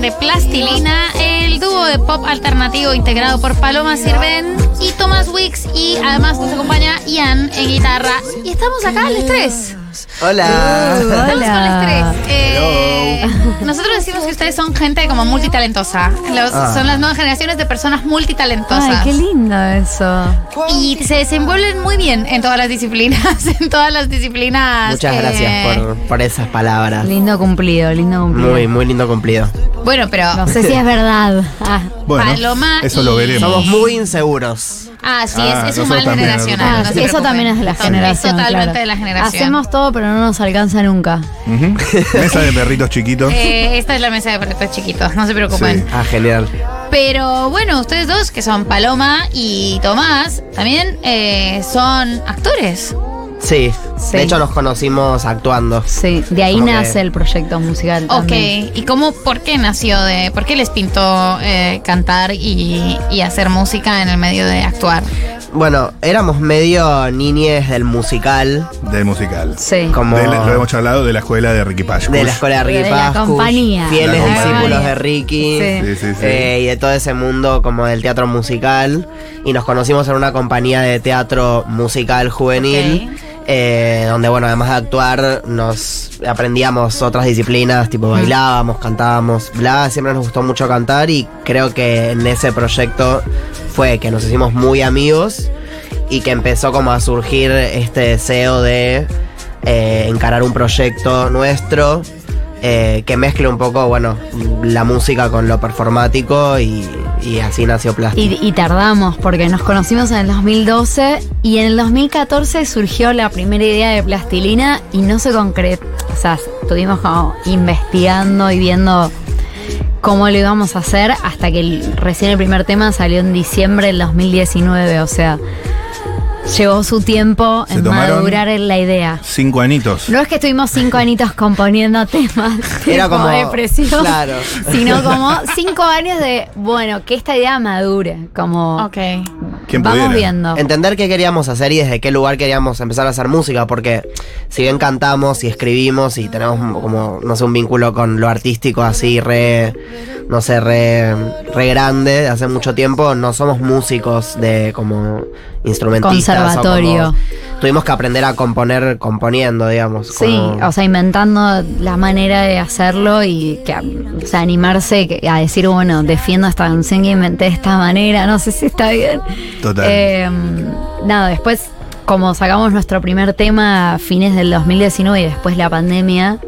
de Plastilina, el dúo de pop alternativo integrado por Paloma Sirven y Thomas Wicks y además nos acompaña Ian en guitarra. Y estamos acá al estrés. Uh, Hola. Estamos con el estrés. Eh, nosotros decimos que ustedes son gente como multitalentosa. Los- Ah. Son las nuevas generaciones de personas multitalentosas. Ay, qué lindo eso. y se desenvuelven muy bien en todas las disciplinas, en todas las disciplinas. Muchas eh, gracias por, por esas palabras. Lindo cumplido, lindo cumplido. Muy, muy lindo cumplido. Bueno, pero No sé si es verdad. Ah, Bueno, Paloma eso y- lo veremos. Somos muy inseguros. Así Ah, es, es un nosotros mal también, generacional. no nosotros ah, se eso preocupen. también es de la Es generación. totalmente claro. de la generación. Hacemos todo, pero no nos alcanza nunca. Ujú. Mesa de perritos chiquitos. Eh, esta es la mesa de perritos chiquitos, no se preocupen. Sí. Ah, genial. Pero bueno, ustedes dos, que son Paloma y Tomás, también eh, son actores. Sí. Sí. De hecho, nos conocimos actuando. Sí, de ahí Como que- nace el proyecto musical. Ok, también. ¿y cómo, por qué nació de, por qué les pintó eh, cantar y, y hacer música en el medio de actuar? Bueno, éramos medio niñes del musical. Del musical. Sí. Como De la- lo hemos hablado de la escuela de Ricky Pash. de la escuela de Ricky De la Pascus, compañía. Fieles La discípulos compañía. de Ricky. Sí. Sí, sí, sí. eh, y de todo ese mundo como del teatro musical. Y nos conocimos en una compañía de teatro musical juvenil. eh, donde, bueno, además de actuar, nos aprendíamos otras disciplinas, tipo bailábamos, cantábamos, bla. Siempre nos gustó mucho cantar y creo que en ese proyecto fue que nos hicimos muy amigos y que empezó como a surgir este deseo de eh, encarar un proyecto nuestro eh, que mezcle un poco, bueno, la música con lo performático y, y así nació Plástico. Y, y tardamos porque nos conocimos en el 2012 y en el 2014 surgió la primera idea de plastilina y no se concretó. O sea, estuvimos como investigando y viendo cómo lo íbamos a hacer hasta que el- recién el primer tema salió en diciembre del 2019. O sea, llevó su tiempo Se en tomaron- madurar en la idea. Cinco anitos. No es que estuvimos cinco anitos componiendo temas Era tipo como- depresivos, claro. sino como cinco años de, bueno, que esta idea madure, como Ok. ¿Quién vamos pudiera? viendo. Entender qué queríamos hacer y desde qué lugar queríamos empezar a hacer música, porque si bien cantamos y escribimos y tenemos un- como, no sé, un vínculo con lo artístico así re, no sé, re, re grande de hace mucho tiempo, no somos músicos de como instrumentistas. o como- Conservatorio. tuvimos que aprender a componer componiendo, digamos. Sí, como- o sea, inventando la manera de hacerlo y que, o sea, animarse que- a decir, bueno, defiendo esta canción que inventé de esta manera, no sé si está bien. Total. Eh, nada, después, como sacamos nuestro primer tema a fines del 2019 y después la pandemia,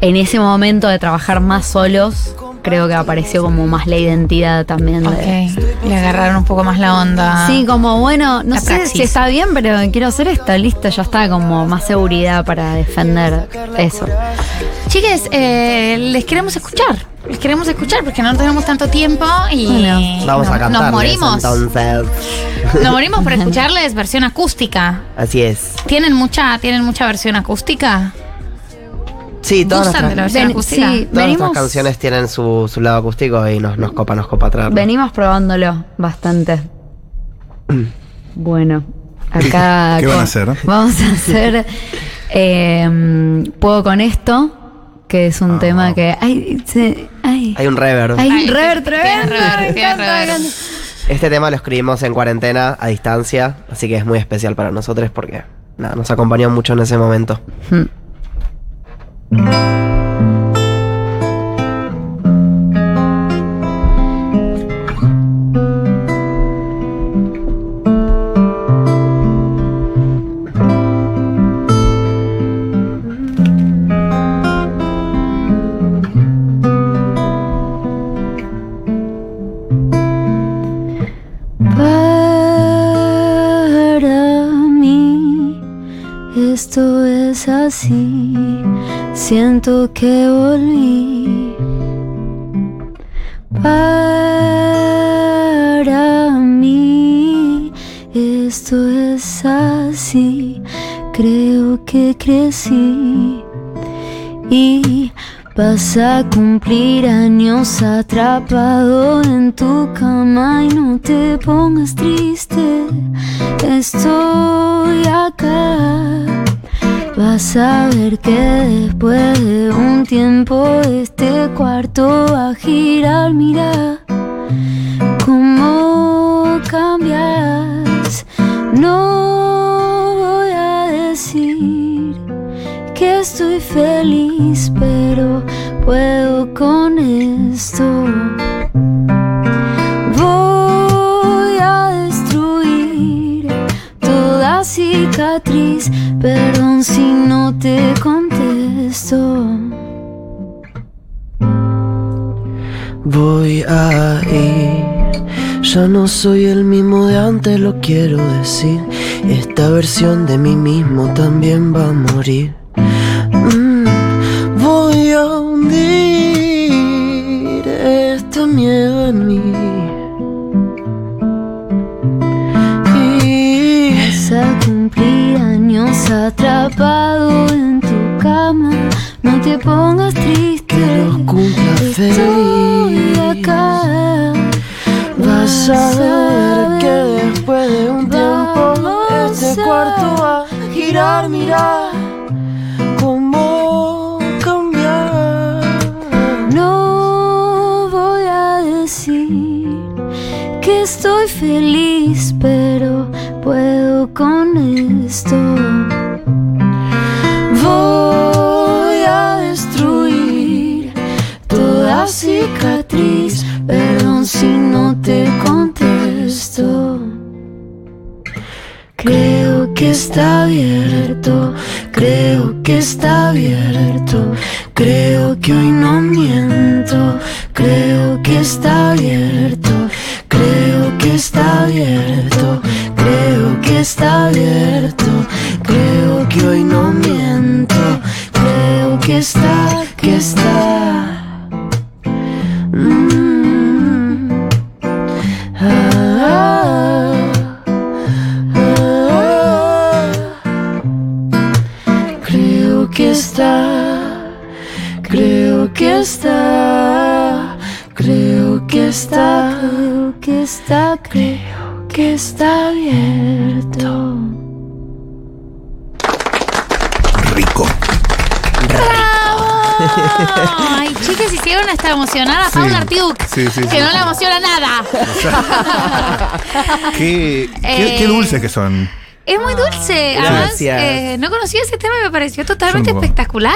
en ese momento de trabajar más solos, creo que apareció como más la identidad también. de- Ah, Ok. Le agarraron un poco más la onda. Sí, como bueno, no La sé praxis. si está bien, pero quiero hacer esto, listo, ya está, como más seguridad para defender eso. Chiques, eh, les queremos escuchar. Les queremos escuchar porque no tenemos tanto tiempo y Bueno. Vamos no- a cantar. nos morimos. Entonces, Nos morimos por escucharles versión acústica. así es. ¿Tienen mucha, tienen mucha versión acústica? Sí, todas Gustan de la versión nuestras, Ven- acústica. sí. todas nuestras Venimos- canciones tienen su, su lado acústico y nos, nos copa, nos copa atrás. Venimos probándolo bastante. Bueno, acá. ¿Qué van a con- hacer? Vamos a hacer. eh, Puedo con esto, que es Ah. un tema que. Ay, se- ay, Hay un reverb. ay, Ay, rever, tiene tremendo, rever, me tiene encanta, rever. me encanta. Este tema lo escribimos en cuarentena, a distancia, así que es muy especial para nosotros porque nada, nos acompañó mucho en ese momento. Hmm. Para mí esto es así, siento que volví. Para mí esto es así, creo que crecí y vas a cumplir años atrapado en tu cama y no te pongas triste. Estoy acá. Vas a saber que después de un tiempo este cuarto va a girar, mira cómo cambias. No voy a decir que estoy feliz, pero puedo con esto. Voy a destruir toda cicatriz, perdón si no te contesto. Voy a ir. Ya no soy el mismo de antes, lo quiero decir. Esta versión de mí mismo también va a morir. Mm, Voy a hundir esta miedo en mí. Y Vas a cumplir años atrapado en tu cama, no te pongas triste. que los cumpla Estoy feliz. acá. Vas a ver que después de un tiempo Vamos este a cuarto va a girar, mira cómo cambiar. No voy a decir que estoy feliz, pero puedo con esto. Voy a destruir Toda cicatriz, perdón si no te contesto. Creo que está abierto, creo que está abierto, creo que hoy no miento, creo que está abierto, creo que está abierto, creo que está abierto, creo que hoy no miento, creo que está, que está. Mm. Ah. Creo que está, creo que está, creo que está, creo que está, creo que está abierto. Rico. Ay, chicas, hicieron hasta emocionada. Sí. Paula Artiuk. Sí, sí, sí. Que no la emociona nada. Qué, qué- Eh, qué dulces que son. Es muy dulce. Además, Gracias. eh, no conocía ese tema y me pareció totalmente Yo no. espectacular.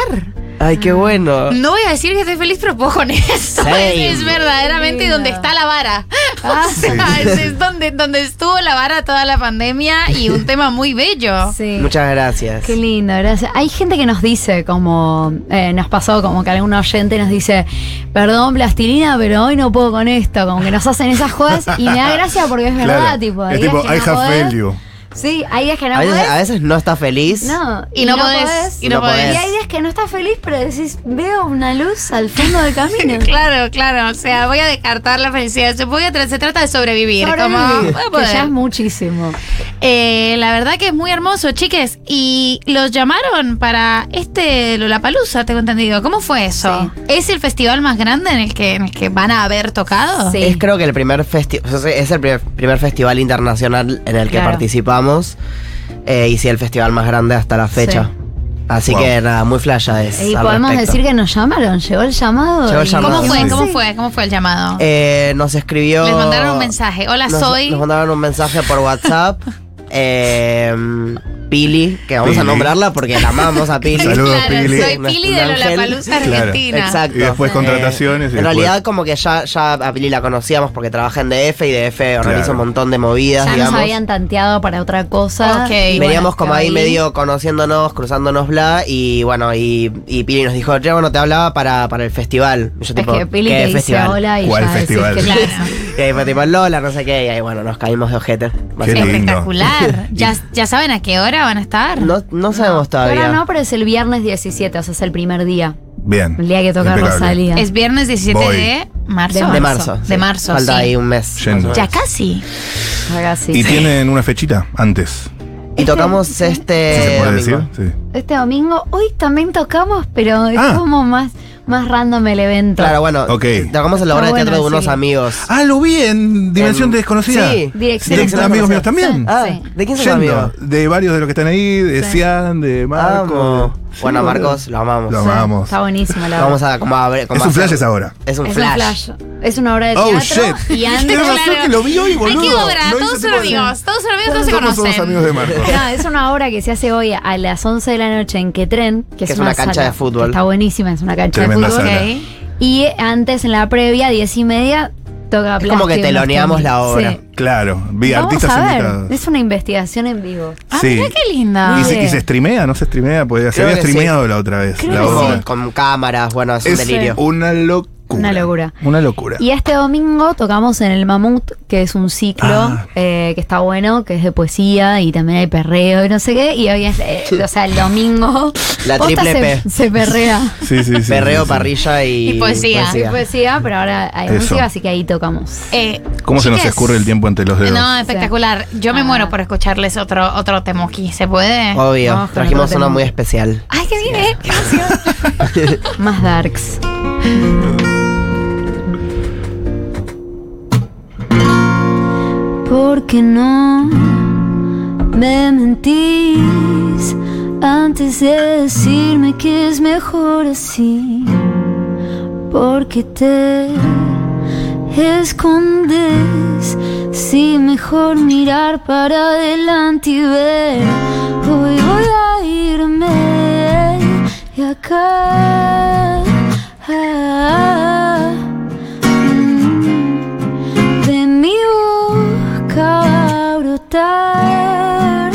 Ay, qué bueno. No voy a decir que estoy feliz, pero puedo con esto. Same. Es, es verdaderamente Linda. donde está la vara. o sea, Sí. es, es donde, donde estuvo la vara toda la pandemia y un tema muy bello. Sí. Muchas gracias. Qué lindo, gracias. Hay gente que nos dice, como eh, nos pasó, como que algún oyente nos dice, perdón, plastilina, pero hoy no puedo con esto. Como que nos hacen esas jodas y me da gracia porque es Claro. verdad, tipo. hay Es días tipo, que I no have podés". failed you. Sí, hay días que no A veces, podés. a veces no está feliz. No, Y, no, podés, Y no, No podés. Y podés. hay días que no estás feliz, pero decís, veo una luz al fondo del camino. Claro, claro. O sea, voy a descartar la felicidad. Se, voy a tra- se trata de sobrevivir. como, voy a que poder. ya es muchísimo. Eh, la verdad que es muy hermoso, chiques. Y los llamaron para este Lollapalooza, tengo entendido. ¿Cómo fue eso? ¿Es el festival más grande en el que, en el que van a haber tocado? Sí. Es creo que el primer festi- o sea, es el primer, primer festival internacional en el que Claro. participamos eh, y sí el festival más grande hasta la fecha. Así Wow. que nada, muy flashada es. Y al podemos respecto. decir que nos llamaron, llegó el llamado. Llegó el y- llamado. ¿Cómo fue? Sí. ¿Cómo fue? ¿Cómo fue el llamado? Eh, nos escribió. Les mandaron un mensaje. Hola, nos, soy. Nos mandaron un mensaje por WhatsApp. eh, Pili, que vamos a Pili. nombrarla porque la amamos a Pili. Saludos, claro, Pili. soy Una- Pili un de ángel. Lollapalooza Claro. Argentina. Exacto. Y después contrataciones y en después- realidad, como que ya, ya a Pili la conocíamos porque trabaja en DF y DF organiza Claro. un montón de movidas, Ya nos digamos. habían tanteado para otra cosa. Ok. y bueno, Veníamos como quedó ahí medio conociéndonos, cruzándonos, bla, y bueno, y, y Pili nos dijo, che, bueno, te hablaba para, para el festival. Y yo Es tipo, que Pili "¿Qué te dice festival? hola y ¿Cuál ya decís festival? que Claro. Y ahí fue tipo, Lola, no sé qué, y ahí bueno, nos caímos de ojete. básicamente. lindo. Espectacular. ¿Ya, ¿Ya saben a qué hora van a estar? No, no sabemos todavía. Ahora no, pero es el viernes 17, o sea, es el primer día. Bien. El día que toca Impecable. Rosalía. Es viernes 17 Voy. de marzo. De de marzo. De sí. marzo, Falta sí. ahí un mes. Yendo. más o menos. Ya casi. Acá sí. Y tienen una fechita antes. Y tocamos este. si se puede domingo. decir. Sí. Este domingo, hoy también tocamos, pero es Ah. como más más random el evento. Claro, bueno. Ok. Trabajamos en la Ah, obra de bueno, teatro de unos sí. amigos. Ah, lo vi en En- Dimensión Desconocida. Sí. Dirección. Dirección de amigos míos también. Ah, Sí. ¿de quién son Yendo, amigos? de varios de los que están ahí, de Cian, de Marco. Vamos. Sí, Bueno, boludo. Marcos, lo amamos. Lo amamos. Está buenísimo la Vamos a como a ver. como Es un a hacer- flash esa hora. Es un Es flash. un flash. Es una obra de Oh, teatro. shit. Y antes. Tenés razón Claro. que lo vi hoy, boludo. Hay que obrar, No hice todos son tipo de- amigos, todos son amigos, todos se ¿Cuántos somos conocen. amigos de Marco. No, es una obra que se hace hoy a las 11 de la noche en Quetren, que, es una cancha sala de fútbol. que Está buenísima, es una cancha Tremenda de fútbol. sala. Y antes, en la previa, 10 y media, toca Es como que Plástico teloneamos la obra. Sí. Claro, vi Vamos artistas a ver, invitados. es una investigación en vivo. Ah, Sí. mirá qué linda. Y se, y Bien. se streamea, no se streamea, pues se Creo había que sí. streameado la otra vez. Creo la que obra. Con, con cámaras, bueno, es, Es un delirio. una locura. Una locura. Una locura. Y este domingo tocamos en el Mamut, que es un ciclo Ah. eh, que está bueno, que es de poesía y también hay perreo y no sé qué. Y hoy es, eh, o sea, el domingo. La posta triple se, P. se perrea. Sí, sí, sí. Berreo, sí, sí. parrilla y, Y poesía. Sí, poesía, pero ahora hay Eso. música, así que ahí tocamos. Eh, ¿Cómo se nos chicas, escurre el tiempo entre los dedos? No, espectacular. Yo me Ah. muero por escucharles otro, otro temoki. ¿Se puede? Obvio. Vamos con Trajimos otro uno tema. muy especial. Ay, qué bien, eh. Qué emoción. Más darks. Porque no me mentís antes de decirme que es mejor así? Porque te escondes si mejor mirar para adelante y ver hoy voy a irme y acá ah, mm, de mi boca va a brotar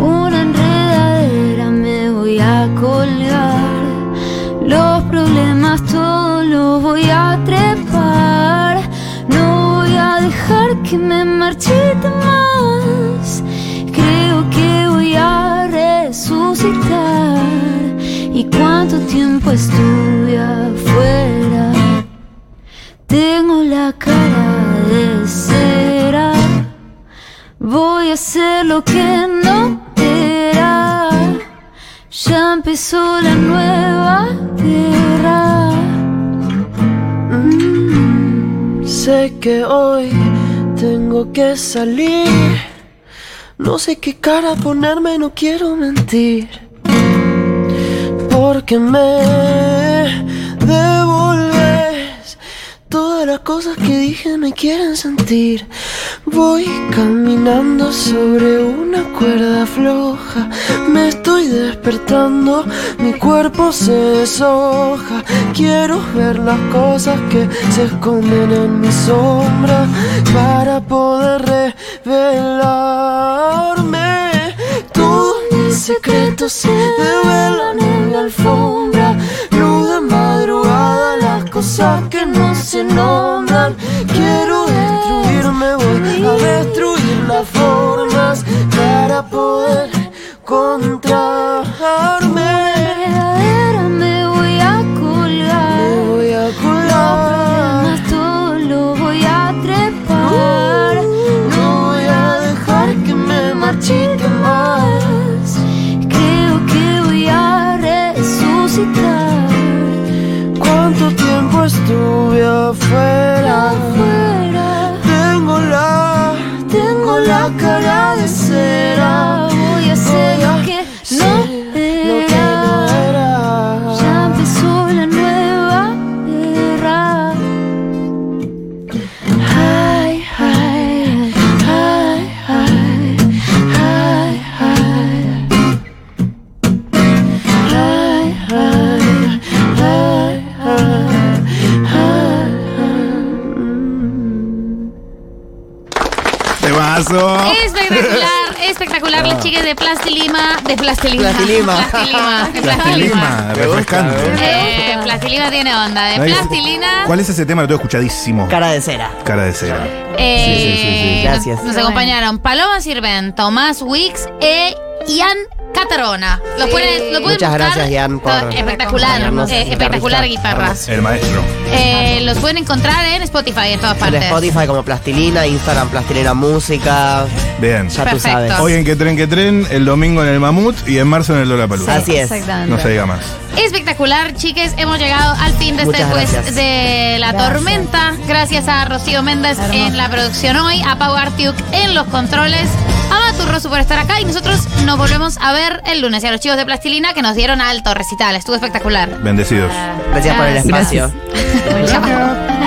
una enredadera me voy a colgar los problemas todos los voy a trepar no voy a dejar que me marchite más creo que voy a resucitar y cuánto tiempo estuve afuera tengo la cara de cera. Voy a hacer lo que no era. Ya empezó la nueva guerra. Sé que hoy tengo que salir. No sé qué cara ponerme, no quiero mentir. Porque me devolves todas las cosas que dije me quieren sentir. Voy caminando sobre una cuerda floja. Me estoy despertando, mi cuerpo se deshoja. Quiero ver las cosas que se esconden en mi sombra para poder revelarme. Todos mis secretos se develan en la alfombra. Luz de madrugada, las cosas que no se nombran. Quiero destruirme, voy a destruir las formas para poder encontrarme. Enredadera me voy a Me colgar. voy a Más colar. todo lo voy a trepar. No voy a dejar que me marchite más. más. Creo que voy a resucitar ¿Cuánto tiempo estuve afuera? afuera. Tengo la, tengo la cara de cera. Voy a hacer lo que no Lo que no era. era. Ya empezó la nueva guerra. Ay, ay, ay, ay, ay, ay. Ay, ay, ay, ay, ay. ¡Temazo! Espectacular, espectacular, Ah. las chicas de Plastilima, de Plastilima. Plastilima. Plastilima, de Plastilima. Plastilima, refrescante. Eh, Plastilima tiene onda, de Ay, Plastilina. ¿Cuál es ese tema? Lo tengo escuchadísimo. Cara de cera. Cara de cera. eh, Sí, sí, sí, sí. Gracias. Nos, nos acompañaron Paloma Sirven, Tomás Wicks e Ian Catarona. Lo pueden, lo pueden Muchas buscar. gracias, Ian, por Está espectacular, acompañarnos, eh, espectacular guitarra. El maestro. Eh, los pueden encontrar en Spotify en todas En partes. Spotify como Plastilina, Instagram Plastilina Música. Bien. Ya tú Perfecto. sabes. Hoy en que tren que tren, el domingo en el mamut y en marzo en el Lollapalooza. Así es. Exactamente. No se diga más. Espectacular, chiques. Hemos llegado al fin de este Muchas juez gracias. de la Gracias. tormenta. Gracias a Rocío Méndez en la producción hoy, a Pau Artiuk en los controles, a Matu Rosu por estar acá y nosotros nos volvemos a ver el lunes y a los chicos de Plastilina que nos dieron alto recital. Estuvo espectacular. Bendecidos. Gracias por el espacio. Gracias.